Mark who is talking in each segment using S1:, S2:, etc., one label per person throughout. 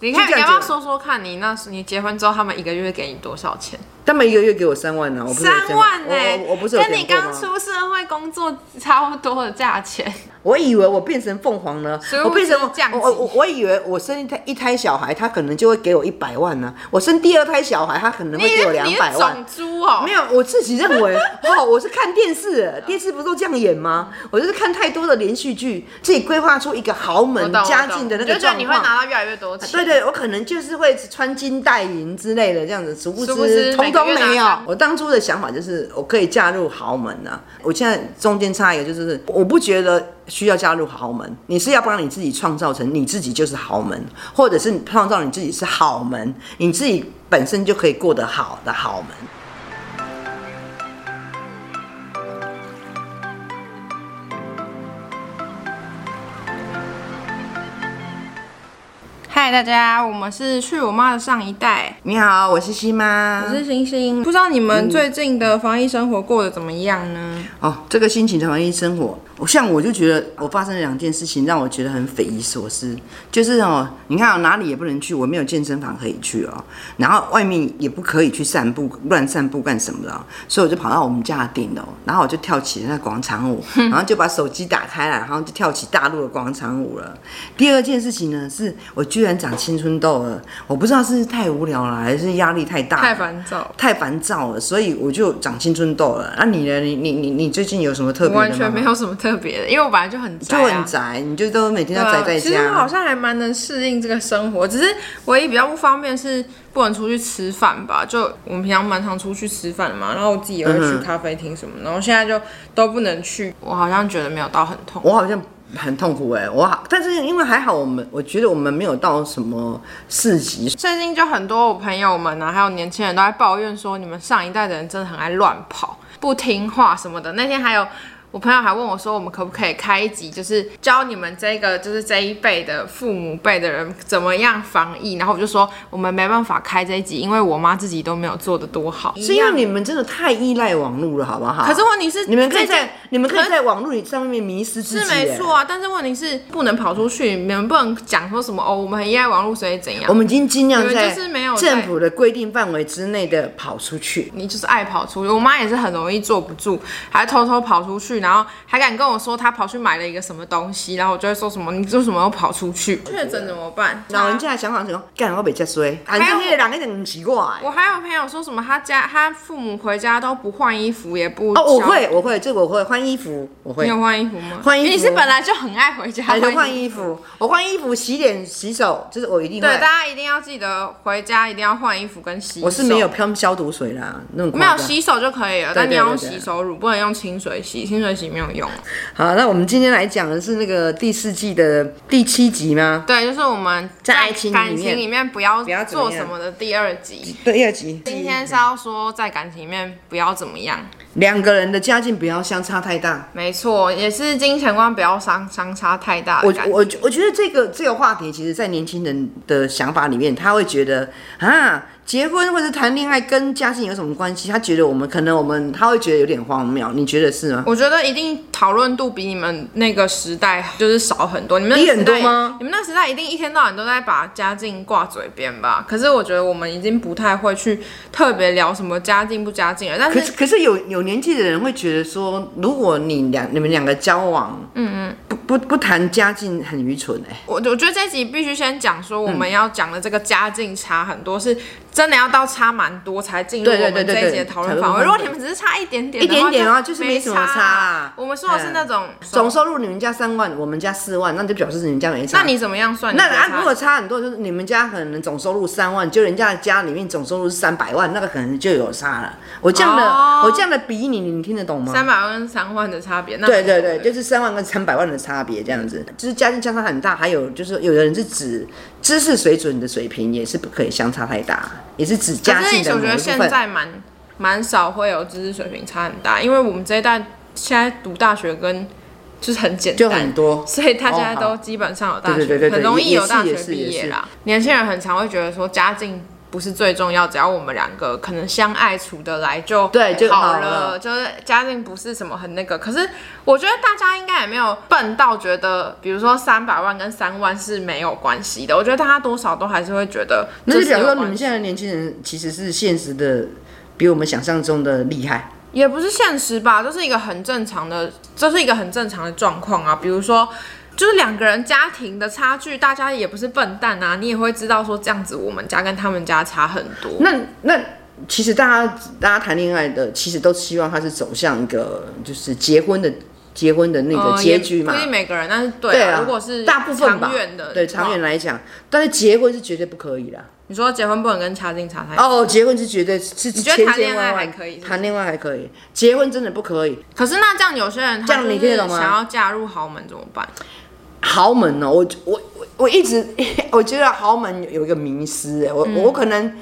S1: 你看，
S2: 就
S1: 你要
S2: 这样
S1: 不要
S2: 子
S1: 说说看你那时你结婚之后，他们一个月给你多少钱？
S2: 他们一个月给我三万啊呢、我不是有
S1: 三
S2: 讲
S1: 万呢、
S2: 我我我不是有
S1: 跟你
S2: 讲过
S1: 刚
S2: 吗
S1: 出社会工作差不多的价钱。
S2: 我以为我变成凤凰呢
S1: 食，物
S2: 我变成
S1: 是降级
S2: 我我我我以为我生一胎一胎小孩，他可能就会给我一百万呢、我生第二胎小孩， 他可能
S1: 你
S2: 会给我
S1: 是
S2: 两
S1: 你
S2: 百
S1: 是
S2: 万
S1: 种。猪哦、
S2: 没有，我自己认为 哦，我是看电视，电视不都这样演吗？我就是看太多的连续剧，自己规划出一个豪
S1: 我
S2: 门
S1: 懂我
S2: 家
S1: 懂
S2: 境的那
S1: 你
S2: 个
S1: 就觉
S2: 状
S1: 得你会
S2: 况。
S1: 拿到越来越多钱。
S2: 啊对对，我可能就是会穿金戴银之类的这样子，殊不
S1: 殊不知
S2: 知通通
S1: 每个月
S2: 没有
S1: 拿三。
S2: 我当初的想法就是，我可以嫁入豪门啊。我现在中间差一个就是，我不觉得需要嫁入豪门，你是要帮你自己创造成你自己就是豪门，或者是你创造你自己是好门，你自己本身就可以过得好的好门。
S1: 嗨，大家，我们是去我妈的上一代，
S2: 你好，嗯我是嗯西妈。
S1: 我是星星。不知道你们最近的防疫生活过得怎么样呢？
S2: 哦，这个心情的防疫生活，我像我就觉得我发生了两件事情，让我觉得很匪夷所思。就是哦，你看哦，哪里也不能去，我没有健身房可以去哦，然后外面也不可以去散步，乱散步干什么的哦、所以我就跑到我们家的顶楼，然后我就跳起那广场舞，然后就把手机打开了，然后就跳起大陆的广场舞了。第二件事情呢，是我居然长青春痘了，我不知道是太无聊了，还是压力太大了，
S1: 太烦躁，
S2: 太烦躁了，所以我就长青春痘了。那、你呢？你你你你最近有什么特
S1: 我
S2: 别的吗？
S1: 完全没，有什么特别的，因为我本来就很宅、
S2: 就
S1: 啊，
S2: 很宅，你就都每天都宅在
S1: 其实我
S2: 家。
S1: 好像还蛮能适应这个生活，只是唯一比较不方便是不能出去吃饭吧。就我们平常蛮常出去吃饭的嘛，然后我自己也会
S2: 嗯
S1: 去咖啡厅什么，然后现在就都不能去。我好像觉得没有到很痛。
S2: 我好像很痛苦哎、我好，但是因为还好，我们我觉得我们没有到什么四级，
S1: 最近就很多我朋友们啊，还有年轻人都在抱怨说，你们上一代的人真的很爱乱跑、不听话什么的。那天还有我朋友还问我说，我们可不可以开一集，就是教你们这个就是这一辈的父母辈的人怎么样防疫？然后我就说，我们没办法开这一集，因为我妈自己都没有做的多好。
S2: 是因为你们真的太依赖网络了，好不好？
S1: 可是问题是，
S2: 你们可
S1: 这
S2: 以
S1: 件
S2: 在你们可以在网络上面迷失自己、
S1: 是
S2: 哎
S1: 没错啊，但是问题是不能跑出去，你们不能讲说什么哦，我们很依赖网络，所以怎样
S2: 我？们已经尽量
S1: 你们
S2: 在
S1: 就是没有在
S2: 政府的规定范围之内的跑出去。
S1: 你就是爱跑出去。我妈也是很容易坐不住，还偷偷跑出去，然后还敢跟我说她跑去买了一个什么东西，然后我就会说什么你为什么要跑出去？确诊怎么办？
S2: 老人家的想法是说，干我比较衰，反
S1: 还有
S2: 正那个人一定很奇怪、
S1: 我还有朋友说什么他家他父母回家都不换衣服，也不
S2: 哦，我
S1: 消，
S2: 会，我会，这个我会换衣服，我
S1: 你
S2: 会
S1: 有换衣服吗？
S2: 换衣服
S1: 你是本来就很爱回家
S2: 还是
S1: 换
S2: 换衣服，我换衣服、洗脸、洗手，这是我一定
S1: 对，大
S2: 会。
S1: 家一定要记得回家一定要换衣服跟洗手。
S2: 我是没有喷消毒水啦，那种
S1: 没有。洗手就可以了，但你
S2: 对
S1: 要用
S2: 对对
S1: 洗手乳，不能用清水洗，清水洗没有用。
S2: 好，那我们今天来讲的是那个第四季的第七集吗？
S1: 对，就是我们
S2: 在爱情里面
S1: 感情里面不要
S2: 不要怎么
S1: 做
S2: 样嗯
S1: 什么的第二集。
S2: 第二集。
S1: 今天是要说在感情里面不要怎么样，
S2: 两个人的家境不要相差太大。
S1: 没错，也是金钱观不要相相差太大的
S2: 我
S1: 感
S2: 我我觉得这个这个话题，其实在年轻人的想法里面，他会觉得啊，结婚或者谈恋爱跟家境有什么关系？他觉得我们可能我们他会觉得有点荒谬，你觉得是吗？
S1: 我觉得一定讨论度比你们那个时代就是少很多。你们那个时代
S2: 低很多吗？
S1: 你们那时代一定一天到晚都在把家境挂嘴边吧？可是我觉得我们已经不太会去特别聊什么家境不家境了。但
S2: 可
S1: 是
S2: 是可是有有年纪的人会觉得说，如果你两你们两个交往，嗯嗯，不不不谈家境很愚蠢哎、
S1: 我我觉得这一集必须先讲说，我
S2: 嗯
S1: 们要讲的这个家境差很多，是真的要到差蛮多才进入
S2: 对对
S1: 我们
S2: 对对
S1: 这一
S2: 对
S1: 集的讨
S2: 才
S1: 论
S2: 会
S1: 范围。
S2: 慢慢
S1: 如果你们只是差一点点的话，
S2: 一点点啊
S1: 就
S2: 就是
S1: 没
S2: 没什么差啊
S1: 我们说的是那种
S2: 总收入你们家三万，我们家四万，那就表示你们家没差。
S1: 那你怎么样算？
S2: 那
S1: 你觉得
S2: 啊，
S1: 差
S2: 如果差很多，就是你们家可能总收入三万，就人家的家里面总收入是三百万，那个可能就有差了。我这样的、
S1: 哦
S2: 我这样的比拟，你听得懂吗？
S1: 三百万跟三万的差别，那
S2: 对对对，就是三万跟三百万的差别这样子，
S1: 嗯
S2: 就是家境相差很大。还有就是，有的人是指知识水准的水平也是不可以相差太大，也是指
S1: 可
S2: 家
S1: 是
S2: 境的
S1: 我
S2: 某
S1: 觉
S2: 一
S1: 得
S2: 部
S1: 现
S2: 分。
S1: 在蛮蛮少会有知识水平差很大，因为我们这一代现在读大学跟就是很简单，
S2: 就很多
S1: 所以大家
S2: 哦好
S1: 都基本上有大学，
S2: 对对对对对
S1: 很容易
S2: 也
S1: 有
S2: 是
S1: 大学
S2: 也是
S1: 毕
S2: 也
S1: 业
S2: 是
S1: 啦。年轻人很常会觉得说家境不是最重要，只要我们两个可能相爱处得来就
S2: 对就
S1: 好
S2: 好了
S1: 就是家境不是什么很那个，可是我觉得大家应该也没有笨到觉得，比如说三百万跟三万是没有关系的。我觉得大家多少都还是会觉得
S2: 那
S1: 这
S2: 就是表
S1: 有
S2: 示说
S1: 关
S2: 你们
S1: 系
S2: 现在的年轻人其实是现实的比我们想象中的厉害。
S1: 也不是现实吧，这是一个很正常的，这是一个很正常的状况啊。比如说，就是两个人家庭的差距，大家也不是笨蛋啊，你也会知道说这样子我们家跟他们家差很多。
S2: 那那其实大家大家谈恋爱的，其实都希望他是走向一个就是结婚的结婚的那个
S1: 呃
S2: 结
S1: 也
S2: 局嘛。
S1: 不一定每个人，但是对啊
S2: 对啊，
S1: 如果是
S2: 大部分吧
S1: 长远的，
S2: 对长远，来讲，但是结婚是绝对不可以啦。
S1: 你说结婚不能跟家境差太远。
S2: 哦，结婚是绝对是
S1: 觉得
S2: 千
S1: 谈
S2: 千
S1: 恋
S2: 万
S1: 爱
S2: 万
S1: 还可以是不是
S2: 谈恋爱还可以，结婚真的不可以。
S1: 可是那这样有些人他
S2: 这样你
S1: 就是
S2: 听得懂吗
S1: 想要嫁入豪门怎么办？
S2: 豪门哦，我我我我一直 我觉得豪门有一个迷失，哎我、
S1: 嗯
S2: 我可能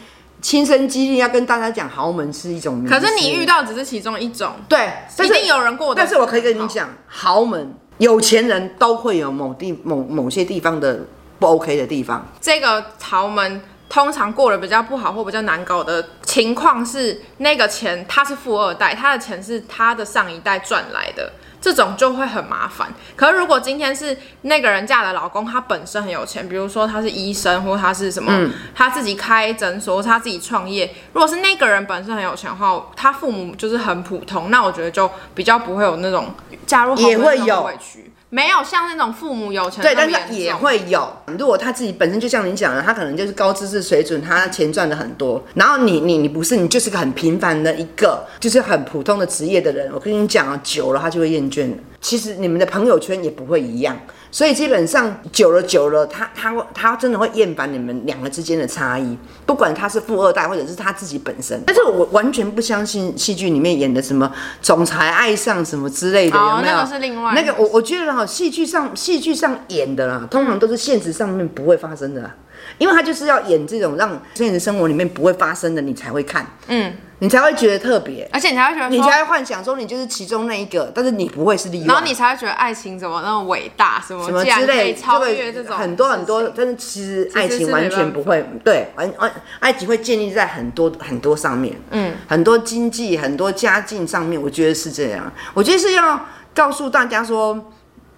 S2: 亲身经历要跟大家讲，豪门是一种迷失。
S1: 可是你遇到只是其中一种，
S2: 对，但
S1: 一
S2: 是
S1: 定有人过得
S2: 但是我可以跟
S1: 很
S2: 你
S1: 好，
S2: 讲，豪门有钱人都会有某地某某些地方的不 OK 的地方。
S1: 这个豪门通常过得比较不好或比较难搞的情况是，那个钱他是富二代，他的钱是他的上一代赚来的，这种就会很麻烦。可是如果今天是那个人嫁的老公，他本身很有钱，比如说他是医生或他是什么，
S2: 嗯
S1: 他自己开诊所，或他自己创业。如果是那个人本身很有钱的话，他父母就是很普通，那我觉得就比较不会有那种嫁入豪门
S2: 也会
S1: 那种
S2: 有
S1: 委屈。没有像那种父母有钱
S2: 对，
S1: 那
S2: 但
S1: 么
S2: 是他
S1: 严
S2: 也
S1: 重
S2: 会有。如果他自己本身就像你讲的，他可能就是高知识水准，他钱赚的很多。然后你你你不是，你就是个很平凡的一个，就是很普通的职业的人。我跟你讲啊，久了他就会厌倦了。其实你们的朋友圈也不会一样，所以基本上久了久了，他他会他真的会厌烦你们两个之间的差异，不管他是富二代或者是他自己本身。但是我完全不相信戏剧里面演的什么总裁爱上什么之类的，
S1: 哦
S2: 有没有？
S1: 那个是另外
S2: 那个我我觉得哈，戏剧上戏剧上演的啦，通常都是现实上面不会发生的啦，因为他就是要演这种让现实生活里面不会发生的，你才会看，
S1: 嗯，
S2: 你才会觉得特别，
S1: 而且你才会觉得
S2: 你
S1: 说
S2: 才会幻想说你就是其中那一个，但是你不会是例外，
S1: 然后你才会觉得爱情怎么那么伟大，什么
S2: 什么
S1: 竟然
S2: 之
S1: 可以
S2: 类，
S1: 超越这种
S2: 很多很
S1: 事
S2: 多
S1: 情，
S2: 但是其实爱
S1: 其实
S2: 情
S1: 是
S2: 完
S1: 没
S2: 全
S1: 办
S2: 不会，对，完完爱情会建立在很多很多上面，嗯，很多经济、很多家境上面，我觉得是这样。我觉得是要告诉大家说，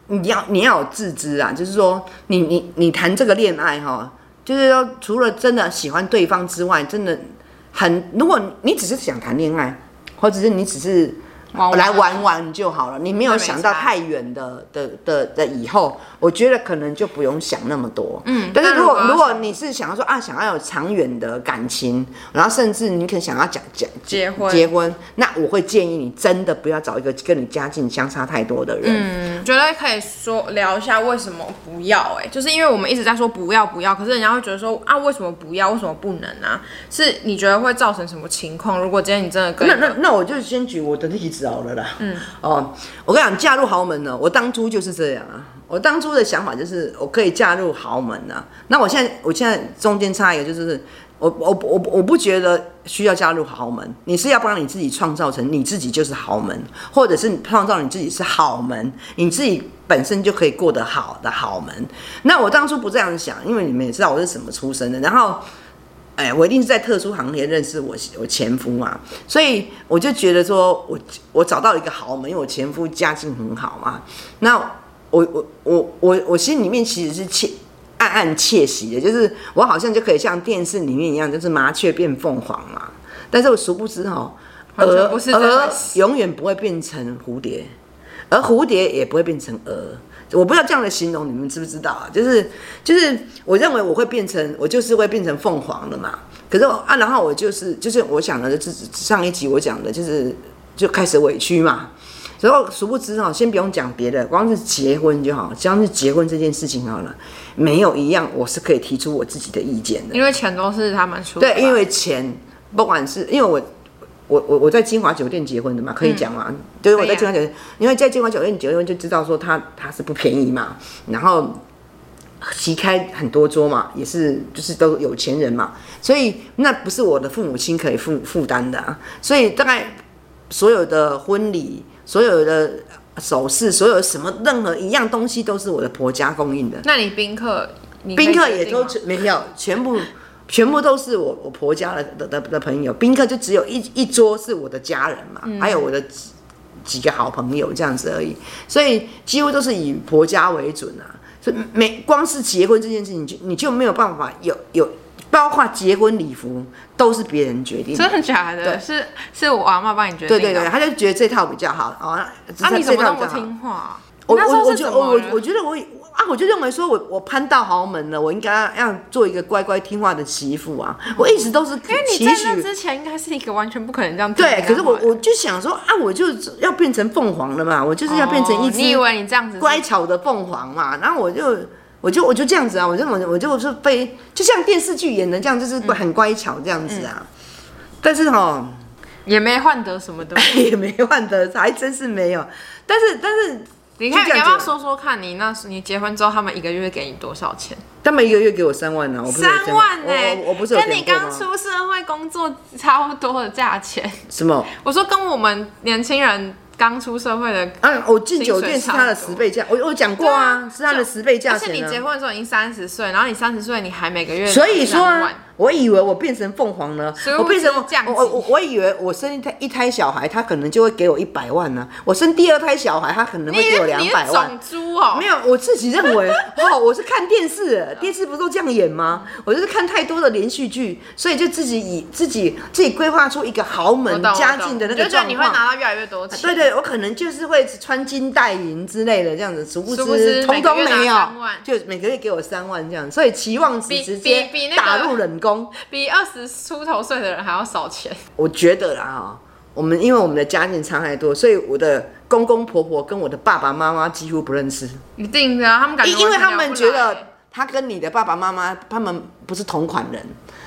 S2: 你要你要有自知啊，就是说你你你谈这个恋爱哈，就是说除了真的喜欢对方之外，真的很，如果你只是想谈恋爱，或者是你只是
S1: 玩玩
S2: 来玩玩就好了，你没有想到
S1: 那没差
S2: 太远的的的的以后，我觉得可能就不用想那么多。嗯但是
S1: 那如
S2: 如果
S1: 果要
S2: 如果你是想要说啊，想要有长远的感情，然后甚至你可能想要讲讲
S1: 结婚
S2: 结婚，那我会建议你真的不要找一个跟你家境相差太多的人。
S1: 嗯，觉得可以说聊一下为什么不要、哎，就是因为我们一直在说不要不要，可是人家会觉得说啊，为什么不要？为什么不能啊？是你觉得会造成什么情况？如果今天你真的跟
S2: 那那那我就先举我的例子好了啦。嗯，哦，我跟你讲，嫁入豪门呢，我当初就是这样啊。我当初的想法就是我可以嫁入豪门啊。那我现在我现在中间差一个就是。我我我我不觉得需要嫁入豪门，你是要帮你自己创造成你自己就是豪门，或者是创造你自己是好门，你自己本身就可以过得好的好门。那我当初不这样想，因为你们也知道我是什么出身的，然后哎，我一定是在特殊行业认识我我前夫嘛，所以我就觉得说我我找到一个豪门，因为我前夫家境很好嘛，那我我我我我心里面其实是窃暗暗窃喜的，就是我好像就可以像电视里面一样，就是麻雀变凤凰嘛，但是我殊不知哦，
S1: 完全
S2: 鹅
S1: 不是这回
S2: 鹅
S1: 事
S2: 永远不会变成蝴蝶，而蝴蝶也不会变成蛾。我不知道这样的形容你们知不知道啊？就是就是，我认为我会变成，我就是会变成凤凰的嘛。可是我啊，然后我就是就是我想的，就是上一集我讲的，就是就开始委屈嘛。然后殊不知哈，先不用讲别的，光是结婚就好，只要是结婚这件事情好了，没有一样我是可以提出我自己的意见的。
S1: 因为钱都是他们出啊的吧，
S2: 对，因为钱，不管是因为我。我我我在金华酒店结婚的嘛，可以讲嘛，对，我在金华酒店，因为在金华酒店结婚就知道说他他是不便宜嘛，然后席开很多桌嘛，也是就是都有钱人嘛，所以那不是我的父母亲可以负负担的、啊，所以大概所有的婚礼、所有的首饰、所有什么任何一样东西都是我的婆家供应的，
S1: 那你宾客，你可以
S2: 宾客
S1: 决
S2: 也
S1: 定
S2: 都
S1: 吗
S2: 全没有，全部全部都是我我婆家的的的的朋友，宾客就只有一一桌是我的家人嘛，还有我的几几个好朋友这样子而已，所以几乎都是以婆家为准啊。所以每光是结婚这件事情，你就你就没有办法有有，包括结婚礼服都是别人决定的
S1: 真的假的？
S2: 对
S1: 是是我阿妈帮你决定
S2: 对
S1: 的。
S2: 对对，他就觉得这套比较好哦。
S1: 啊，你怎么那
S2: 这
S1: 么
S2: 套比较好
S1: 听话啊？
S2: 我
S1: 那时
S2: 我
S1: 候
S2: 我
S1: 是
S2: 觉
S1: 怎么
S2: 得我我
S1: 了？
S2: 我觉得我啊，我就认为说我我攀到豪门了，我应该要做一个乖乖听话的媳妇啊。我一直都是
S1: 因为哎你
S2: 期
S1: 在那
S2: 许
S1: 之前应该是一个完全不可能这样听人
S2: 对，
S1: 家
S2: 可是我
S1: 话的
S2: 我就想说啊，我就要变成凤凰了嘛，我就是要变成一
S1: 哦你以
S2: 只
S1: 为你这样子是
S2: 乖巧的凤凰嘛。然后我就我就我就这样子啊，我就我就我就是被就像电视剧演的这样，就是
S1: 嗯
S2: 很乖巧这样子啊。但是哈、
S1: 也没换得什么东西？
S2: 也没换得，还真是没有。但是但是
S1: 你看，
S2: 就
S1: 你
S2: 这
S1: 要
S2: 样
S1: 不要
S2: 子
S1: 说说看你那时你结婚之后，他们一个月给你多少钱？
S2: 他们一个月给我 三万啊欸呢、我不是有
S1: 三
S2: 讲
S1: 万呢、
S2: 我我我不是有
S1: 跟你
S2: 讲过
S1: 刚
S2: 吗？
S1: 出社会工作差不多的价钱。
S2: 什么？
S1: 我说跟我们年轻人刚出社会的，
S2: 啊，我进酒店是他的
S1: 薪水差不多
S2: 十倍价，我我讲过啊，
S1: 对啊
S2: 是他的十倍价
S1: 而且
S2: 钱、啊。
S1: 你结婚的时候已经三十岁，然后你三十岁你还每个月
S2: 所以说、
S1: 两
S2: 啊
S1: 万，
S2: 我以为我变成凤凰了
S1: 所以，
S2: 我变成
S1: 物资降级
S2: 我我我我以为我生一胎一胎小孩，他可能就会给我一百万呢、我生第二胎小孩，他可能
S1: 你
S2: 会给我
S1: 是
S2: 两
S1: 你是
S2: 百万
S1: 种。猪哦、
S2: 没有，我自己认为 哦，我是看电视，电视不都这样演吗？我就是看太多的连续剧，所以就自己以自己自己规划出一个豪
S1: 我
S2: 门
S1: 懂，
S2: 家境的那
S1: 我懂
S2: 个
S1: 就觉
S2: 状
S1: 得你会
S2: 况。
S1: 拿到越来越多钱。
S2: 对对，我可能就是会穿金戴银之类的这样子，殊不
S1: 殊不知
S2: 知通通
S1: 每个
S2: 没
S1: 月
S2: 有
S1: 拿3万，
S2: 就每个月给我三万这样，所以期望值
S1: 比
S2: 直接
S1: 比比那个
S2: 打入冷宫。
S1: 比二十出头岁的人还要少钱。
S2: 我觉得啦哈，我们因为我们的家境差太多，所以我的公公婆婆跟我的爸爸妈妈几乎不认识，
S1: 一定的啊，他们感觉
S2: 因因为
S1: 完全
S2: 他们
S1: 聊不
S2: 觉
S1: 来
S2: 得他跟你的爸爸妈妈他们不是同款人。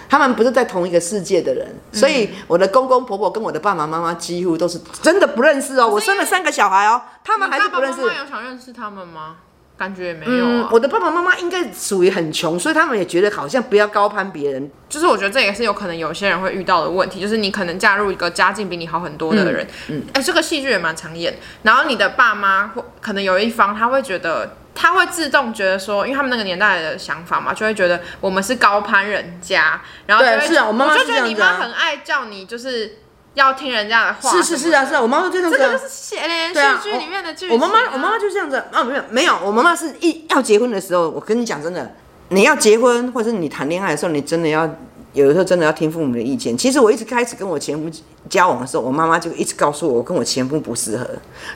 S2: 他们不是在同一个世界的人，所以我的公公婆婆跟我的爸爸妈妈几乎都是真的不认识哦。我生了三个小孩哦，他们还是不认识
S1: 你。爸爸妈妈有想认识他们吗？感觉也没有
S2: 嗯
S1: 啊，。
S2: 我的爸爸妈妈应该属于很穷，所以他们也觉得好像不要高攀别人。
S1: 就是我觉得这也是有可能有些人会遇到的问题，就是你可能嫁入一个家境比你好很多的人，嗯，哎、这个戏剧也蛮常演。然后你的爸妈或可能有一方他会觉得。他会自动觉得说，因为他们那个年代的想法嘛，就会觉得我们是高攀人家，然后就
S2: 对
S1: 会
S2: 是啊我妈妈
S1: 就是觉得
S2: 这样
S1: 你
S2: 子啊
S1: 妈很爱叫你，就是要听人家的话。
S2: 是是是啊是啊，我妈妈就这样
S1: 这
S2: 子、啊。
S1: 个就是写连
S2: 对啊
S1: 续剧里面的剧情啊、
S2: 我妈妈，我妈妈就这样子啊，没有没有，我妈妈是一要结婚的时候，我跟你讲真的，你要结婚或者是你谈恋爱的时候，你真的要有的时候真的要听父母的意见。其实我一直开始跟我前夫交往的时候，我妈妈就一直告诉我，我跟我前夫不适合，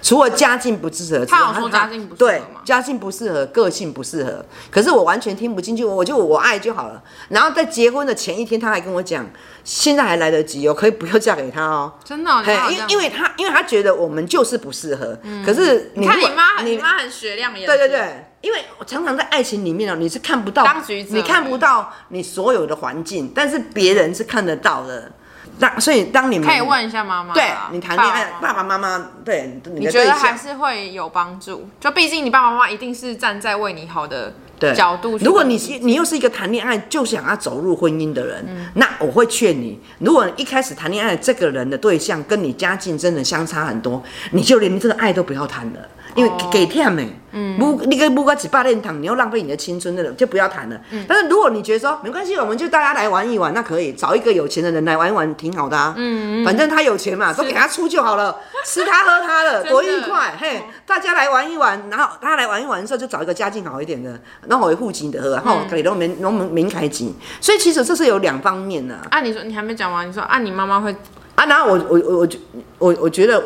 S2: 除了家境不适合之外，
S1: 她有说家境不适合
S2: 对
S1: 吗
S2: 家境不适合，个性不适合。可是我完全听不进去，我就我爱就好了。然后在结婚的前一天，他还跟我讲，现在还来得及哦，可以不要嫁给他哦。
S1: 真的、哦，你
S2: 嘿
S1: 妈有这
S2: 因
S1: 样嗯
S2: 因为他因为他觉得我们就是不适合，可是你
S1: 你
S2: 如
S1: 看
S2: 果
S1: 你妈，你
S2: 你
S1: 妈很雪亮眼，
S2: 对对，对，因为我常常在爱情里面哦，你是看不到
S1: 当局者迷
S2: 你看不到你所有的环境，但是别人是看得到的。那所以当你们
S1: 可以问一下妈妈啊。
S2: 对你谈恋爱
S1: 爸，妈
S2: 爸爸妈妈对你
S1: 你
S2: 的
S1: 觉
S2: 对
S1: 得还
S2: 象。
S1: 是会有帮助？就毕竟你爸爸妈妈一定是站在为你好的
S2: 对
S1: 角度去。
S2: 如果你是你又是一个谈恋爱就想要走入婚姻的人，那我会劝你，如果一开始谈恋爱这个人的对象跟你家境真的相差很多，你就连这个爱都不要谈了，因为给天美，哦嗯，不，那个不管几霸练堂，你又浪费你的青春那种，就不要谈了。但是如果你觉得说没关系，我们就大家来玩一玩，那可以找一个有钱的人来玩一玩，挺好的啊。嗯反正他有钱嘛，都给他出就好 了，吃他喝他的，
S1: 的
S2: 多愉快。
S1: 哦
S2: 嘿，大家来玩一玩，然后大家来玩一玩的时候，就找一个家境好一点的，然后有户籍的喝，然后
S1: 嗯
S2: 给农民农民民开籍。所以其实这是有两方面的啊
S1: 啊，你说你还没讲完，你说啊，你妈妈会
S2: 啊。然后我我我我觉我我觉得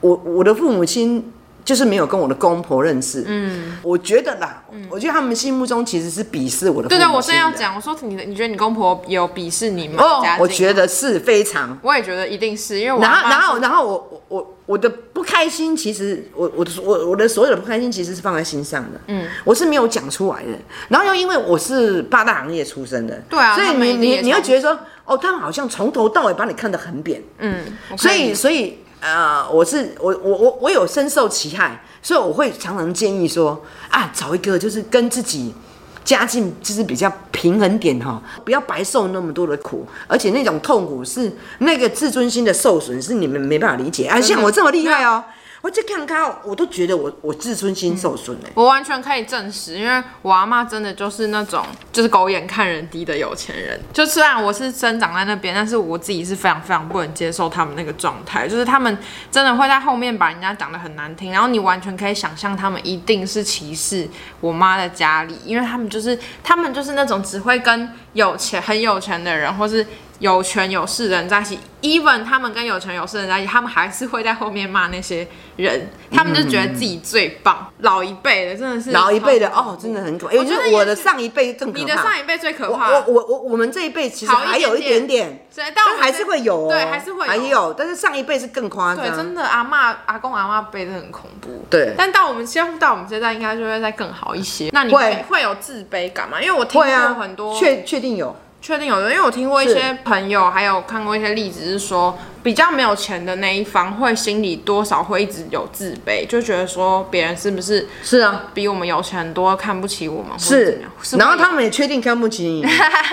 S2: 我我的父母亲。就是没有跟我的公婆认识，嗯，我觉得啦，我觉得他们心目中其实是鄙视我的
S1: 嗯
S2: 父母亲
S1: 对
S2: 的。
S1: 对，我正要讲，我说你的，你觉得你公婆有鄙视你吗？
S2: 哦
S1: 家，境
S2: 我觉得是非常。
S1: 我也觉得一定是因为我
S2: 然后，
S1: 阿妈
S2: 然后，然后我我我我的不开心，其实我我我我的所有的不开心，其实是放在心上的。嗯，我是没有讲出来的。然后又因为我是八大行业出身的，
S1: 对啊
S2: 所以
S1: 他们
S2: 你
S1: 一定也
S2: 你你
S1: 从
S2: 会觉得说，哦，他们好像从头到尾把你看得很扁。
S1: 嗯，我
S2: 所
S1: 可
S2: 以所以呃，我是我我我我有深受其害，所以我会常常建议说啊，找一个就是跟自己。家境就是比较平衡点哈，不要白受那么多的苦，而且那种痛苦是那个自尊心的受损，是你们没办法理解。啊，像我这么厉害哦，我这看他，我都觉得我我自尊
S1: 嗯
S2: 心受损了。
S1: 我完全可以证实，因为我阿妈真的就是那种就是狗眼看人低的有钱人。就虽然我是生长在那边，但是我自己是非常非常不能接受他们那个状态，就是他们真的会在后面把人家讲的很难听，然后你完全可以想象他们一定是歧视我妈的家里，因为他们就是他们就是那种只会跟有钱很有钱的人或是。有权有势人在一起，even 他们跟有权有势人在一起，他们还是会在后面骂那些人，他们就觉得自己最棒。老一辈的真的是
S2: 老一辈的
S1: 超
S2: 哦，真的很可怕。我
S1: 嗯
S2: 觉
S1: 觉得
S2: 得
S1: 也
S2: 我的
S1: 是
S2: 上一辈更可怕。
S1: 你的上一辈最可
S2: 我
S1: 怕。
S2: 我我我我们这一辈其实
S1: 好一
S2: 还有一
S1: 点
S2: 点
S1: 点
S2: 点，
S1: 所以但我
S2: 但
S1: 们
S2: 还
S1: 这
S2: 是会有、哦，
S1: 对，还是会
S2: 还有，但是上一辈是更夸张。
S1: 对，真的阿嬷、阿公、阿嬷背的很恐怖。
S2: 对
S1: 但到我们现在，到我们现在应该就会再更好一些。那你
S2: 会
S1: 会会有自卑感吗？因为我听
S2: 会
S1: 过
S2: 啊，
S1: 很多
S2: 确确定有。
S1: 确定有的，因为我听过一
S2: 是
S1: 些朋友，还有看过一些例子，是说比较没有钱的那一方，会心里多少会一直有自卑，就觉得说别人是不是
S2: 是啊，
S1: 比我们有钱很多，看不起我们，或者怎么
S2: 是
S1: 样，
S2: 然后他
S1: 们
S2: 们也确定看不起 你，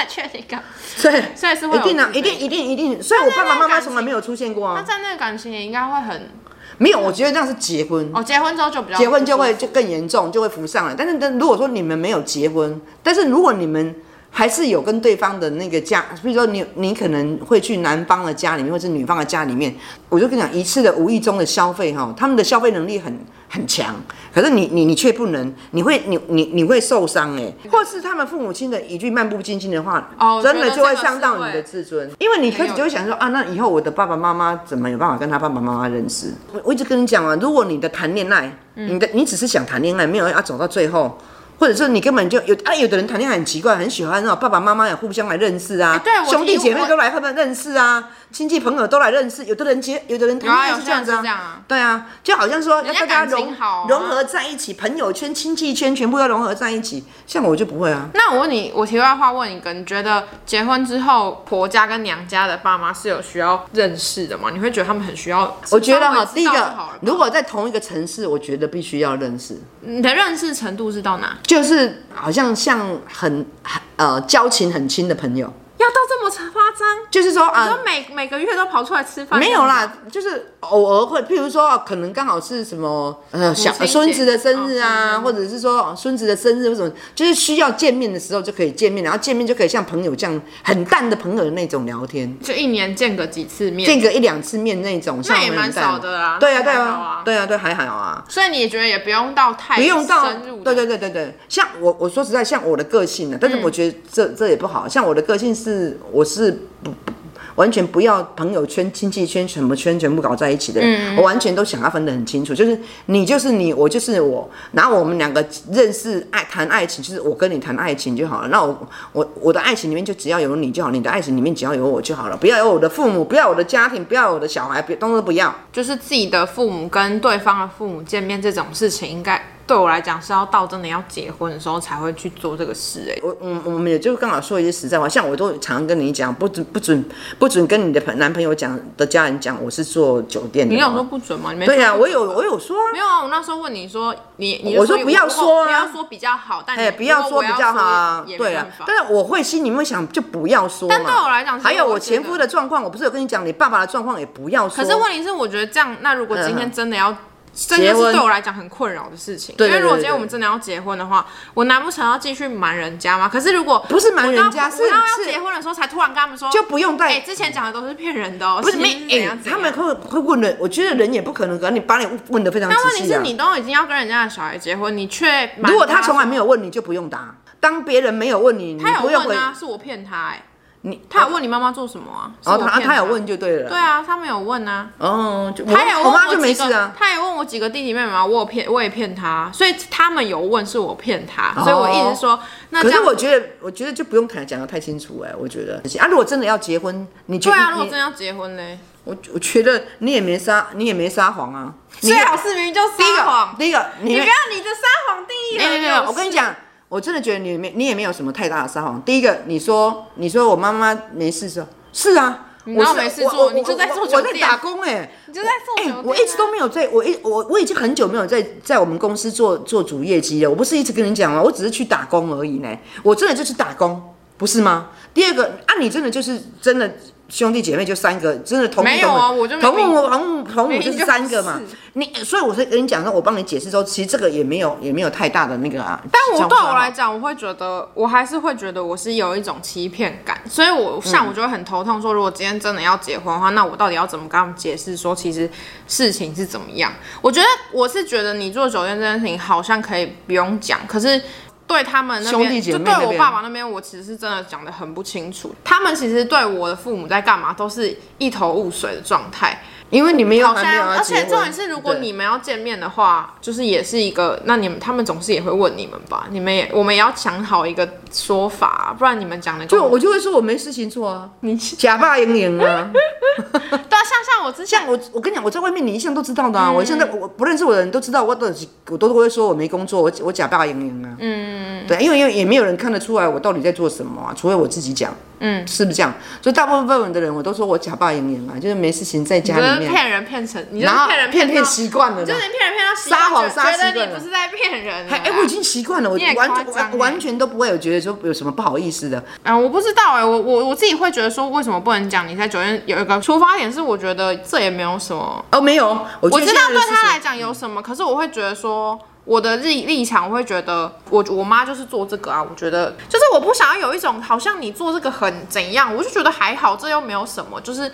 S1: 确定感，
S2: 所以
S1: 所以是会
S2: 一
S1: 有
S2: 定啊，
S1: 自卑
S2: 一定一定一定，所以我爸爸妈妈
S1: 感情
S2: 从来没有出现过
S1: 那
S2: 啊，
S1: 在那个感情也应该会很
S2: 没有，我觉得那是结婚，
S1: 哦，结婚之后就比较
S2: 结婚就会就更严重，就会浮上来。但是但如果说你们没有结婚，但是如果你们还是有跟对方的那个家，比如说你你可能会去男方的家里面，或是女方的家里面，我就跟你讲一次的无意中的消费哈，他们的消费能力很很强，可是你你你却不能，你会你你你会受伤哎、或是他们父母亲的一句漫不经心的话，
S1: 嗯哦我觉得
S2: 真的就会
S1: 这个
S2: 伤到
S1: 是会
S2: 你的自尊，因为你开始就会想说啊，那以后我的爸爸妈妈怎么有办法跟他爸爸妈妈认识？我我一直跟你讲啊，如果你的谈恋爱，
S1: 嗯
S2: 你的你只是想谈恋爱，没有要走到最后。或者是你根本就有啊，有的人谈恋爱很奇怪，很喜欢那哦种爸爸妈妈也互相来认识啊，
S1: 哎对我
S2: 兄弟
S1: 听
S2: 姐妹
S1: 我
S2: 都来他们认识啊，亲戚朋友都来认识，有的人结，有的人谈
S1: 有啊，
S2: 恋爱
S1: 有
S2: 是
S1: 些
S2: 这
S1: 人
S2: 样子
S1: 是
S2: 啊，
S1: 这样啊。
S2: 对啊，就好像说要
S1: 人家
S2: 大家
S1: 感情
S2: 融、
S1: 好啊
S2: 融合在一起，朋友圈、亲戚圈全部要融合在一起，像我就不会啊，
S1: 那我问你，我题外话问一个，你觉得结婚之后婆家跟娘家的爸妈是有需要认识的吗？你会觉得他们很需要？
S2: 我觉得哈，
S1: 稍
S2: 第
S1: 微
S2: 一
S1: 知道就
S2: 个
S1: 好了，
S2: 如果在同一个城市，我觉得必须要认识，
S1: 你的认识程度是到哪？
S2: 就是好像像很很呃交情很亲的朋友，
S1: 要到这么夸张？
S2: 就是说
S1: 你
S2: 啊、
S1: 说每每个月都跑出来吃饭？
S2: 没有，啦，就是偶尔会，譬如说啊可能刚好是什么呃小
S1: 母亲节
S2: 孙子的生日啊，
S1: 哦
S2: 或者是说哦孙子的生日或什么，就是需要见面的时候就可以见面，然后见面就可以像朋友这样很淡的朋友的那种聊天。
S1: 就一年见个几次面，
S2: 见个一两次面那种，像
S1: 那也
S2: 我们
S1: 蛮
S2: 很淡
S1: 少的啦。
S2: 对啊，对
S1: 那还好
S2: 啊，，对啊，对，还好啊。
S1: 所以你也觉得也不用到太
S2: 不用到
S1: 深入的，嗯
S2: 对对对对对，像我我说实在，像我的个性呢、啊但是我觉得这、这也不好。像我的个性是，我是不不完全不要朋友圈、亲戚圈、什么圈全部搞在一起的
S1: 嗯
S2: 人，我完全都想要分得很清楚，就是你就是你，我就是我，然后我们两个认识爱谈爱情，就是我跟你谈爱情就好了。那我我我的爱情里面就只要有你就好，你的爱情里面只要有我就好了，不要有我的父母，不要有我的家庭，不要有我的小孩，别都是不要。
S1: 就是自己的父母跟对方的父母见面这种事情，应该对我来讲是要到真的要结婚的时候才会去做这个事、欸。
S2: 我嗯，我们也就刚好说一些实在话，像我都常跟你讲，不准不准不准跟你的朋男朋友讲的家人讲，我是做酒店的。
S1: 你有说？不准吗？你没
S2: 啊对呀、
S1: 说
S2: 我有我有说啊，
S1: 没有啊？我那时候问你说你，你就
S2: 我说不要
S1: 如果
S2: 说啊
S1: 不要说比较好，但你
S2: 哎、不要
S1: 如果
S2: 说
S1: 我
S2: 比较好啊
S1: 说也，没
S2: 对啊
S1: 办法，
S2: 但是我会心里面想，就不要说嘛。
S1: 但对我来讲其实
S2: 还有
S1: 我
S2: 我前
S1: 觉
S2: 夫
S1: 得
S2: 的状况，我不是有跟你讲，你爸爸的状况也不要说。嗯
S1: 可是问题是，我觉得这样，那如果今天真的要，这件
S2: 结
S1: 事
S2: 婚
S1: 对我来讲很困扰的事情。
S2: 对对对
S1: 因为如果今
S2: 对
S1: 天
S2: 对
S1: 我们真的要结婚的话，我难不成要继续瞒人家吗？可是如果
S2: 不是瞒人家
S1: 我到
S2: 是
S1: 我到要
S2: 是
S1: 结婚的时候才突然跟他们说，
S2: 就不用带
S1: 哎，之前讲的都是骗人的哦，
S2: 不
S1: 其
S2: 是
S1: 实是
S2: 没
S1: 怎
S2: 哎、
S1: 样怎
S2: 他
S1: 样
S2: 们会会问人，我觉得人也不可能，可能你把你问的非常仔
S1: 但问
S2: 细、啊。
S1: 题是你都已经要跟人家的小孩结婚，你却瞒
S2: 如果他从来
S1: 说
S2: 没有问你，就不用答。当别人没有问你，你
S1: 他
S2: 不
S1: 有
S2: 用回
S1: 问啊，是我骗他哎，
S2: 你。
S1: 他有问你妈妈做什么啊？
S2: 然后
S1: 是我
S2: 哦他
S1: 骗
S2: 他有问就对了。
S1: 对啊，他们有问啊。
S2: 哦，就我
S1: 他也问
S2: 我妈
S1: 几
S2: 就
S1: 个
S2: 没事啊。
S1: 他也问我几个弟弟妹妹啊，我有骗，我也骗他，所以他们有问是我骗他，所以我一直说，那这
S2: 哦可是
S1: 样
S2: 我觉得，我觉得就不用谈讲的太清楚哎、我觉得啊，如果真的要结婚，你觉
S1: 对
S2: 得、
S1: 啊，如果
S2: 你
S1: 真的要结婚嘞，
S2: 我我觉得你也没撒，你也没撒谎啊。你
S1: 最好是明明就
S2: 第一
S1: 撒
S2: 个
S1: 谎，，
S2: 第一个你
S1: 你不
S2: 没
S1: 要你的撒谎定义
S2: 没有
S1: 很
S2: 没有没有，
S1: 有，
S2: 我跟你，讲，我真的觉得你没你也没有什么太大的撒谎。第一个，你说你说我妈妈没事是吧是啊。我
S1: 哪有
S2: 是
S1: 嗯没事
S2: 我
S1: 做
S2: 我
S1: 你就在
S2: 我
S1: 做酒
S2: 我在
S1: 店
S2: 打工哎、
S1: 你就在做
S2: 哎、
S1: 酒店啊
S2: 我一直都没有在，我一我我已经很久没有在在我们公司做做主业绩了。我不是一直跟你讲吗？我只是去打工而已呢。我真的就是打工，不是吗？第二个啊，你真的就是真的兄弟姐妹就三个，真的同母
S1: 没有啊我就没
S2: 同母同母同母就是三个嘛
S1: 明明就。
S2: 你所以我是跟你讲说，我帮你解释说，其实这个也没有也没有太大的那个啊。
S1: 但我
S2: 相
S1: 对
S2: 关
S1: 我
S2: 啊
S1: 来讲，我会觉得，我还是会觉得我是有一种欺骗感，所以我
S2: 嗯
S1: 像我就会很头痛说如果今天真的要结婚的话，那我到底要怎么跟他们解释说，其实事情是怎么样？我觉得我是觉得你做酒店这件事情好像可以不用讲，可是。对他们那边，
S2: 兄弟姐妹
S1: 就对
S2: 那
S1: 我
S2: 边
S1: 爸爸那边，我其实是真的讲的很不清楚。他们其实对我的父母在干嘛，都是一头雾水的状态。
S2: 因为你没有
S1: 好
S2: 还没有
S1: 像，
S2: 要
S1: 哦而且
S2: 结婚
S1: 重点是，如果
S2: 对
S1: 你们要见面的话，就是也是一个，那你们他们总是也会问你们吧？你们也，我们也要想好一个说法啊、不然你们讲的
S2: 就我就会说我没事情做啊，
S1: 你
S2: 假扮莹莹啊。
S1: 对啊，像像我之前
S2: 像我，我跟你讲，我在外面你一向都知道的
S1: 嗯
S2: 啊。我现在我不认识我的人都知道，我都我都会说我没工作，我我假扮莹莹啊。嗯，对，因为因为也没有人看得出来我到底在做什么啊，除非我自己讲。嗯，是不是这样？所以大部分的人我都说我假扮莹莹啊，就是没事情在
S1: 你
S2: 家
S1: 就是
S2: 里面，
S1: 骗人骗成，你就
S2: 然
S1: 是
S2: 后
S1: 骗人
S2: 骗
S1: 到
S2: 骗习惯了
S1: 就
S2: 啦。
S1: 是你骗人骗到习
S2: 撒谎
S1: 惯
S2: 撒习
S1: 觉
S2: 惯
S1: 得你
S2: 了
S1: 不是在骗人啊了啦。
S2: 哎、我已经习惯了，我
S1: 你也
S2: 完
S1: 夸
S2: 全
S1: 张欸
S2: 完完全都不会有觉得说有什么不好意思的。
S1: 啊、我不知道哎、我我我自己会觉得说，为什么不能讲？你在酒店有一个出发点是，我觉得这也没有什么
S2: 哦，没有，我
S1: 我
S2: 我
S1: 知道对他来讲有什么，可是我会觉得说。我的立立场，我会觉得我我妈就是做这个啊，我觉得就是我不想要有一种好像你做这个很怎样，我就觉得还好，这又没有什么，就是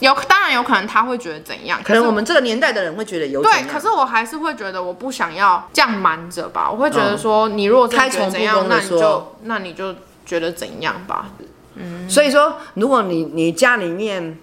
S1: 有当然有可能他会觉得怎样，
S2: 可能
S1: 是
S2: 我们这个年代的人会觉得有
S1: 对
S2: 怎，样
S1: 可是我还是会觉得我不想要这样瞒着吧，我会觉得说你如果真的
S2: 嗯开
S1: 觉得
S2: 诚
S1: 怎
S2: 布
S1: 样，
S2: 公
S1: 那
S2: 地
S1: 你
S2: 说
S1: 就那你就觉得怎样吧，
S2: 所以说，如果你你家里面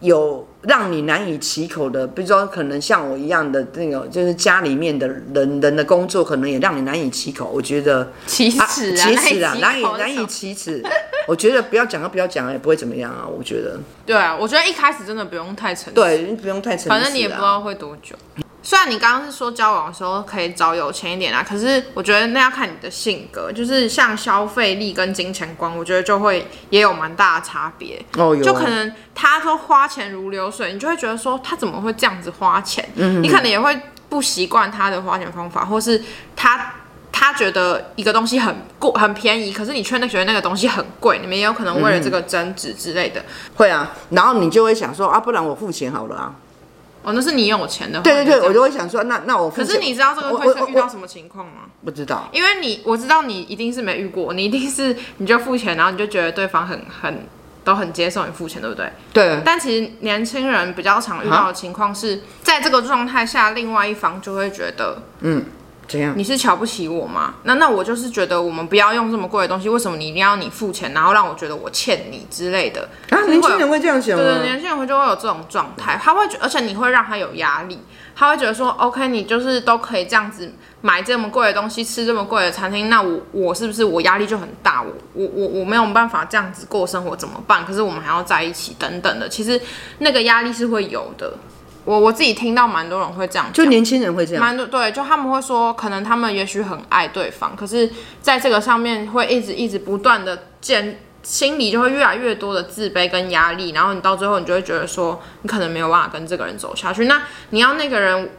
S2: 有让你难以启口的，比如说可能像我一样的那种，就是家里面的人人的工作，可能也让你难以启口。我觉得
S1: 其实啊，
S2: 启齿啊，
S1: 哪
S2: 难
S1: 里
S2: 以难以启齿。我觉得不要讲就啊不要讲，也不会怎么样啊。我觉得，
S1: 对啊，我觉得一开始真的不用太诚实，
S2: 对，你不用太诚实、啊。
S1: 反正你也不知道会多久。虽然你刚刚是说交往的时候可以找有钱一点啊，可是我觉得那要看你的性格，就是像消费力跟金钱观，我觉得就会也有蛮大的差别。
S2: 哦，有啊
S1: 就可能他说花钱如流水，你就会觉得说他怎么会这样子花钱？
S2: 嗯
S1: 你可能也会不习惯他的花钱方法，或是他他觉得一个东西很贵很便宜，可是你却那觉得那个东西很贵，你们也有可能为了这个
S2: 嗯
S1: 争执之类的。
S2: 会啊，然后你就会想说啊，不然我付钱好了啊。
S1: 哦，那是你有钱的话，
S2: 对对
S1: 你就
S2: 对，
S1: 这样
S2: 我就会想说，那那我付
S1: 可
S2: 钱。
S1: 是你知道这个
S2: 我
S1: 会
S2: 我
S1: 是遇
S2: 我
S1: 到什么情况吗？
S2: 不知道，
S1: 因为你我知道你一定是没遇过，你一定是你就付钱，然后你就觉得对方很很都很接受你付钱，对不对？
S2: 对，
S1: 但其实年轻人比较常遇
S2: 啊
S1: 到的情况是在这个状态下，另外一方就会觉得
S2: 怎样？
S1: 你是瞧不起我吗？那那我就是觉得我们不要用这么贵的东西，为什么你一定要你付钱，然后让我觉得我欠你之类的？
S2: 啊，年轻人会这样想
S1: 对对，
S2: 吗？
S1: 年轻人会就会有这种状态，他会觉，而且你会让他有压力，他会觉得说，OK，你就是都可以这样子买这么贵的东西，吃这么贵的餐厅，那我我是不是我压力就很大？我我我我没有办法这样子过生活怎么办？可是我们还要在一起等等的，其实那个压力是会有的。我我自己听到蛮多人会这样讲，
S2: 就年轻人会这样。
S1: 蛮多对，就他们会说，可能他们也许很爱对方，可是在这个上面会一直一直不断的建，心里就会越来越多的自卑跟压力，然后你到最后你就会觉得说，你可能没有办法跟这个人走下去。那你要那个人，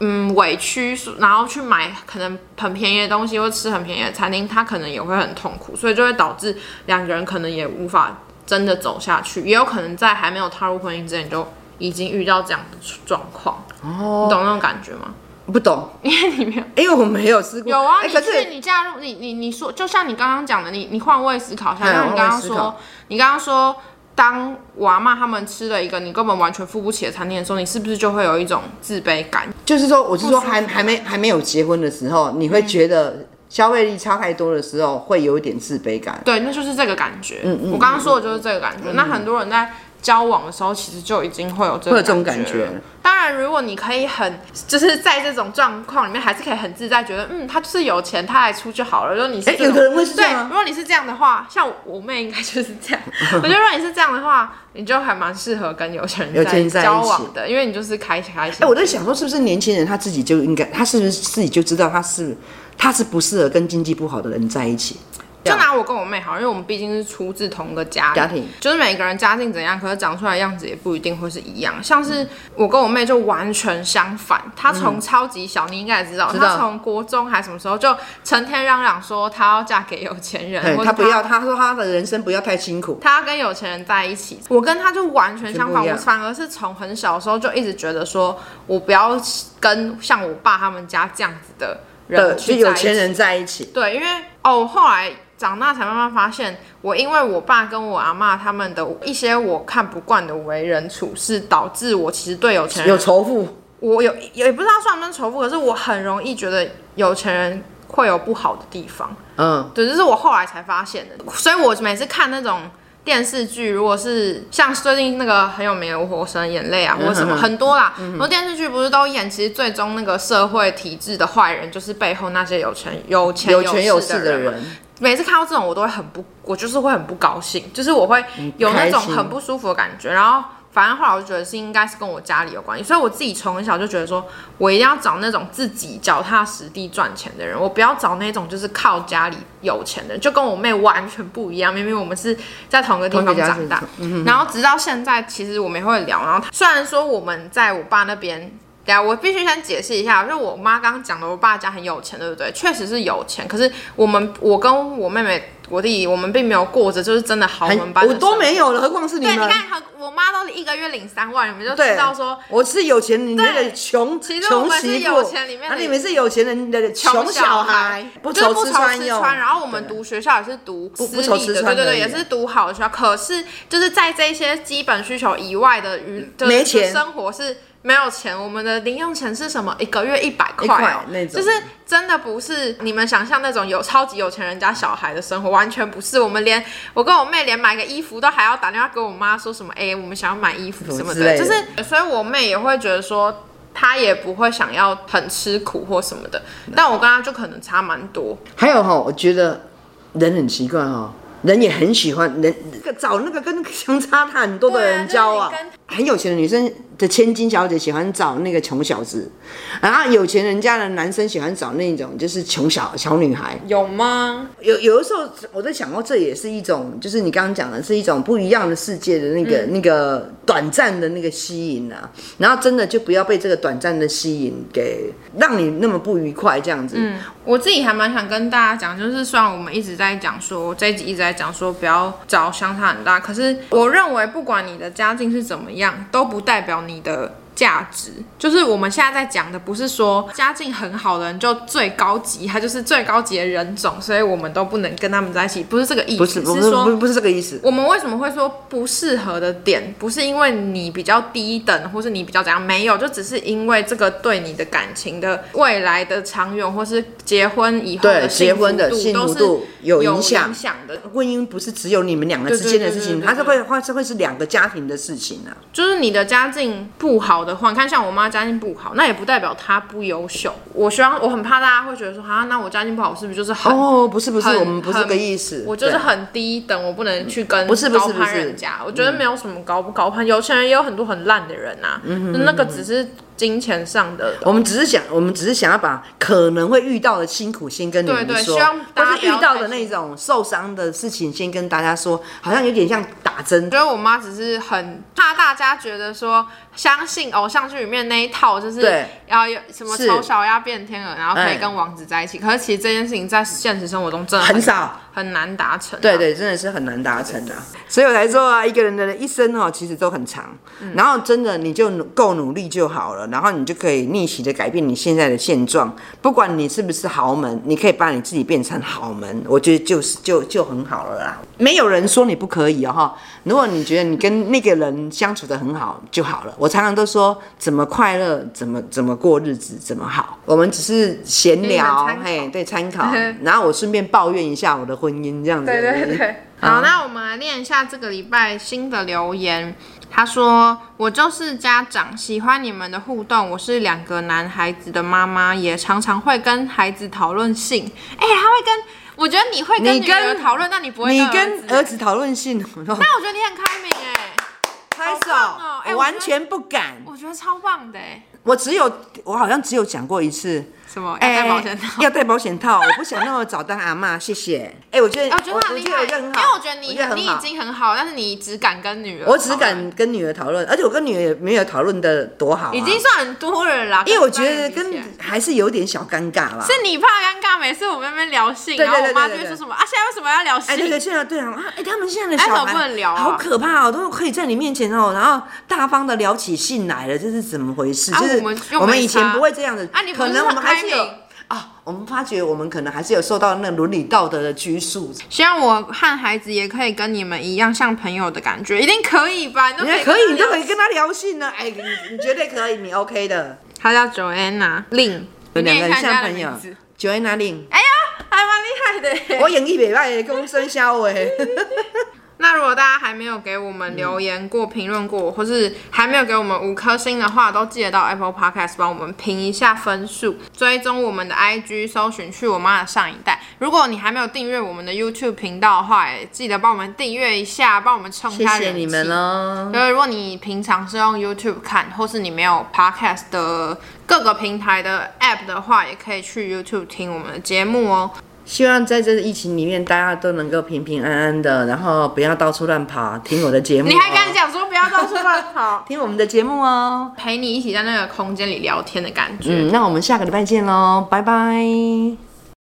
S1: 嗯，委屈，然后去买可能很便宜的东西，或吃很便宜的餐厅，他可能也会很痛苦，所以就会导致两个人可能也无法真的走下去，也有可能在还没有踏入婚姻之前就已经遇到这样的状况。哦，你懂那种感觉吗？
S2: 不懂，因为
S1: 你没有，
S2: 因为我没有试过。
S1: 有啊，
S2: 哎
S1: 你
S2: 可
S1: 去
S2: 是
S1: 你加入你你你说，就像你刚刚讲的，你你换位思考一下，
S2: 嗯
S1: 像你刚
S2: 换
S1: 刚
S2: 位思考
S1: 说，你刚刚说，当我阿妈他们吃了一个你根本完全付不起的餐厅的时候，你是不是就会有一种自卑感？
S2: 就是说，我是说
S1: 不舒服嗯
S2: 还还没还没有结婚的时候，你会觉得消费力差太多的时候，会有一点自卑感。
S1: 对，那就是这个感觉。
S2: 嗯
S1: 我刚刚说的就是这个感觉。那很多人在交往的时候，其实就已经会有这
S2: 会
S1: 个
S2: 有这种感
S1: 觉了。
S2: 觉
S1: 当然，如果你可以很，就是在这种状况里面，还是可以很自在，觉得嗯，他就是有钱，他来出就好了。如果你是
S2: 哎
S1: 这种
S2: 有的人会是这样啊
S1: 对，如果你是这样的话，像我我妹应该就是这样。我觉得如果你是这样的话，你就还蛮适合跟有钱
S2: 有钱
S1: 人
S2: 人在一起
S1: 交往的，因为你就是开心开心。
S2: 哎、我在想说，是不是年轻人他自己就应该，他是不是自己就知道他是他是不适合跟经济不好的人在一起？
S1: 就拿我跟我妹好，因为我们毕竟是出自同个家
S2: 家庭，
S1: 就是每个人家境怎样，可是长出来的样子也不一定会是一样。像
S2: 嗯
S1: 是我跟我妹就完全相反，她从超级小，你应该也知道，
S2: 知道
S1: 她从国中还什么时候就成天嚷嚷说她要嫁给有钱人，
S2: 对
S1: 或者
S2: 嗯他不要，他说他的人生不要太辛苦，
S1: 他跟有钱人在一起，我跟他就完全相反，
S2: 全不一
S1: 我
S2: 样
S1: 反而是从很小的时候就一直觉得说，我不要跟像我爸他们家这样子的
S2: 的
S1: 人
S2: 呃就
S1: 去在
S2: 有
S1: 一
S2: 钱
S1: 起
S2: 人在一起，
S1: 对，因为哦，后来长大才慢慢发现，我因为我爸跟我阿妈他们的一些我看不惯的为人处事，导致我其实对有钱人
S2: 有仇富，
S1: 我有也不知道算不算仇富，可是我很容易觉得有钱人会有不好的地方。
S2: 嗯，
S1: 对，这是我后来才发现的。所以我每次看那种电视剧，如果是像最近那个很有名的《火神眼 泪》啊，或者什么
S2: 嗯哼
S1: 很多啦，很多电视剧不是都演，其实最终那个社会体制的坏人，就是背后那些有钱有钱
S2: 有权有
S1: 势
S2: 势的
S1: 人嘛。
S2: 人，
S1: 每次看到这种，我都会很不，我就是会很不高兴，就是我会有那种
S2: 嗯很不开心
S1: 很不舒服的感觉。然后，反正后来我就觉得是应该是跟我家里有关系，所以我自己从小就觉得说，我一定要找那种自己脚踏实地赚钱的人，我不要找那种就是靠家里有钱的人，就跟我妹完全不一样。明明我们是在同一个地
S2: 同
S1: 方
S2: 一个家
S1: 长
S2: 庭
S1: 大，然后直到现在，其实我们也会聊。然后他虽然说我们在我爸那边。对啊，我必须先解释一下，就是我妈刚刚讲的，我爸家很有钱，对不对？确实是有钱，可是我们，我跟我妹妹、我弟，我们并没有过着就是真的豪
S2: 很
S1: 门般的
S2: 哎我
S1: 生
S2: 都
S1: 活
S2: 没有了，何况是你
S1: 对，
S2: 们？
S1: 你看，她我妈都一个月领三万，你们就
S2: 对
S1: 知道说
S2: 我是有钱人那个
S1: 对
S2: 穷
S1: 其实我
S2: 穷
S1: 们是
S2: 媳
S1: 有
S2: 妇
S1: 钱里面，的
S2: 啊，你们是有钱人的穷
S1: 小
S2: 孩，不
S1: 就是
S2: 愁
S1: 不
S2: 吃
S1: 愁
S2: 穿
S1: 吃
S2: 用。
S1: 穿。然后我们读学校也是读私
S2: 不愁
S1: 立
S2: 吃
S1: 的，
S2: 穿
S1: 对对
S2: 而
S1: 对，
S2: 已
S1: 也是读好的学校。可是就是在这些基本需求以外的娱的
S2: 没钱
S1: 的生活是没有钱。我们的零用钱是什么？一个月一百
S2: 一
S1: 块
S2: 块
S1: 哦，
S2: 那种
S1: 就是真的不是你们想象那种有超级有钱人家小孩的生活，完全不是。我们连我跟我妹连买个衣服都还要打电话给我妈说什么，哎、我们想要买衣服什么
S2: 什么之类的
S1: 就是所以我妹也会觉得说，她也不会想要很吃苦或什么的。但我跟她就可能差蛮多，
S2: 还有哈、我觉得人很奇怪哈、人也很喜欢人找那个跟相差很多的人交往。
S1: 对啊就是
S2: 很有钱的女生的千金小姐喜欢找那个穷小子，然后有钱人家的男生喜欢找那种就是穷小小女孩。
S1: 有吗？
S2: 有有的时候我在想哦，这也是一种，就是你刚刚讲的是一种不一样的世界的那个、
S1: 嗯
S2: 那个短暂的那个吸引啊，然后真的就不要被这个短暂的吸引给让你那么不愉快这样子。嗯，
S1: 我自己还蛮想跟大家讲，就是虽然我们一直在讲说这一集一直在讲说不要找相差很大，可是我认为不管你的家境是怎么样，都不代表你的。价值就是我们现在在讲的，不是说家境很好的人就最高级，他就是最高级的人种，所以我们都不能跟他们在一起，不是这个意思，
S2: 不是不是
S1: 说
S2: 不是不是这个意思。
S1: 我们为什么会说不适合的点，不是因为你比较低等，或是你比较怎样，没有，就只是因为这个对你的感情的未来的长远，或是结婚以后
S2: 对
S1: 的
S2: 结婚的幸
S1: 都
S2: 福
S1: 是
S2: 度有
S1: 有
S2: 影响
S1: 影响的。
S2: 婚姻不是只有你们两个之间的事
S1: 对对对对
S2: 情，
S1: 对
S2: 它是会它是会是两个家庭的事情啊。
S1: 就是你的家境不好的话，你看像我妈家境不好，那也不代表她不优秀。我希望我很怕大家会觉得说，啊，那我家境不好是不是就是很
S2: 哦，不是不是，
S1: 很
S2: 我们不是这个意思。
S1: 我就是
S2: 对
S1: 很低等，我不能去跟
S2: 不是不是
S1: 高
S2: 不
S1: 攀
S2: 是嗯
S1: 人家。我觉得没有什么高不高攀，有钱人也有很多很烂的人啊，
S2: 嗯
S1: 那个只是金钱上的。
S2: 我们只是想，我们只是想要把可能会遇到的辛苦先跟你们
S1: 对对
S2: 说，
S1: 希望大家
S2: 或
S1: 不
S2: 是遇
S1: 要
S2: 到
S1: 太
S2: 的那种受伤的事情先跟大家说，好像有点像打针
S1: 我。觉得我妈只是很怕大家觉得说，相信偶像剧里面那一套，就是
S2: 对
S1: 要有什么
S2: 是
S1: 丑小鸭变天鹅，然后可以
S2: 哎
S1: 跟王子在一起。可是其实这件事情在现实生活中真的
S2: 很少，
S1: 很难达成、啊
S2: 对，对，真的是很难达成的、所以我才说啊，一个人的一生哦，其实都很长。
S1: 嗯
S2: 然后真的你就努够努力就好了，然后你就可以逆袭的改变你现在的现状。不管你是不是豪门，你可以把你自己变成豪门，我觉得就是就就很好了啦。没有人说你不可以哦哈。如果你觉得你跟那个人相处的很好就好了，我常常都说怎么快乐怎么怎么过日子怎么好，我们只是闲聊
S1: 给你们参考
S2: 嘿，对，参考。然后我顺便抱怨一下我的婚姻这样子而
S1: 对
S2: 已。
S1: 对对。好，那我们来念一下这个礼拜新的留言。他说：“我就是家长，喜欢你们的互动。我是两个男孩子的妈妈，也常常会跟孩子讨论性。哎、他会跟，我觉得你会跟
S2: 你
S1: 女儿
S2: 跟
S1: 讨论，但你不会
S2: 你
S1: 跟
S2: 跟呃
S1: 儿
S2: 儿
S1: 子。
S2: 子讨论性，
S1: 那我觉得你很开明哎、
S2: 拍手
S1: 好棒哦哎，我
S2: 我完全不敢。
S1: 我觉得超棒的哎、
S2: 我只有我好像只有讲过一次，
S1: 什哦么要戴保险套？
S2: 哎要戴保险套，我不想那么早当阿嬷， 谢谢。哎、我觉得，
S1: 哎我觉得
S2: 我
S1: 很厉
S2: 觉
S1: 害，
S2: 我觉得
S1: 因
S2: 很好，
S1: 为我觉得你
S2: 很
S1: 你
S2: 好
S1: 已经很好，但是你只敢跟女儿，
S2: 我只敢跟女儿讨论，而且我跟女儿也没有讨论的多好啊、
S1: 已经算很多了啦。
S2: 因为我觉
S1: 一般
S2: 得
S1: 人比
S2: 跟
S1: 起来
S2: 还是有点小尴尬啦。
S1: 是你怕尴尬，每次我们在那边聊性，
S2: 对对
S1: 然后我妈就
S2: 对对
S1: 会
S2: 对
S1: 说什么啊，现在为什么要聊性？
S2: 哎，对对，现在对啊，啊哎，他们现在的
S1: 哎
S2: 小
S1: 怎么
S2: 孩
S1: 不能聊啊
S2: 好可怕哦，都可以在你面前哦，然后大方的聊起性来了，这是怎么回事？
S1: 啊
S2: 就是
S1: 我们又没
S2: 以前
S1: 差
S2: 不会这样的
S1: 啊你不
S2: 可
S1: 是
S2: 能我
S1: 很
S2: 们还
S1: 开
S2: 是有
S1: 明
S2: 啊，我们发觉我们可能还是有受到那伦理道德的拘束。
S1: 希望我和孩子也可以跟你们一样，像朋友的感觉，一定可以吧？你都
S2: 你
S1: 可
S2: 看
S1: 以，
S2: 可以，你都可以。跟他聊性呢，哎，你你绝对可以，你 OK 的。
S1: 他叫 Joanna Lin，你
S2: 有两个
S1: 念一
S2: 人
S1: 下人
S2: 像
S1: 家的
S2: 朋友
S1: 名字
S2: ，Joanna Lin，
S1: 哎呀，还蛮厉害的耶。
S2: 我演技北拜，公生肖哎。
S1: 那如果大家还没有给我们留言过、评论过，或是还没有给我们五颗星的话，都记得到 Apple Podcast 帮我们评一下分数，追踪我们的 IG，搜寻“去我妈的上一代”。如果你还没有订阅我们的 YouTube 频道的话，也记得帮我们订阅一下，帮我们冲一
S2: 谢
S1: 下
S2: 谢
S1: 人气
S2: 你们哦喽。
S1: 就是如果你平常是用 YouTube 看，或是你没有 Podcast 的各个平台的 App 的话，也可以去 YouTube 听我们的节目哦。
S2: 希望在这个疫情里面，大家都能够平平安安的，然后不要到处乱跑，听我的节目、，
S1: 你还敢？讲说不要到处乱跑
S2: 听我们的节目哦。嗯
S1: 陪你一起在那个空间里聊天的感觉。
S2: 嗯，那我们下个礼拜见喽，拜拜。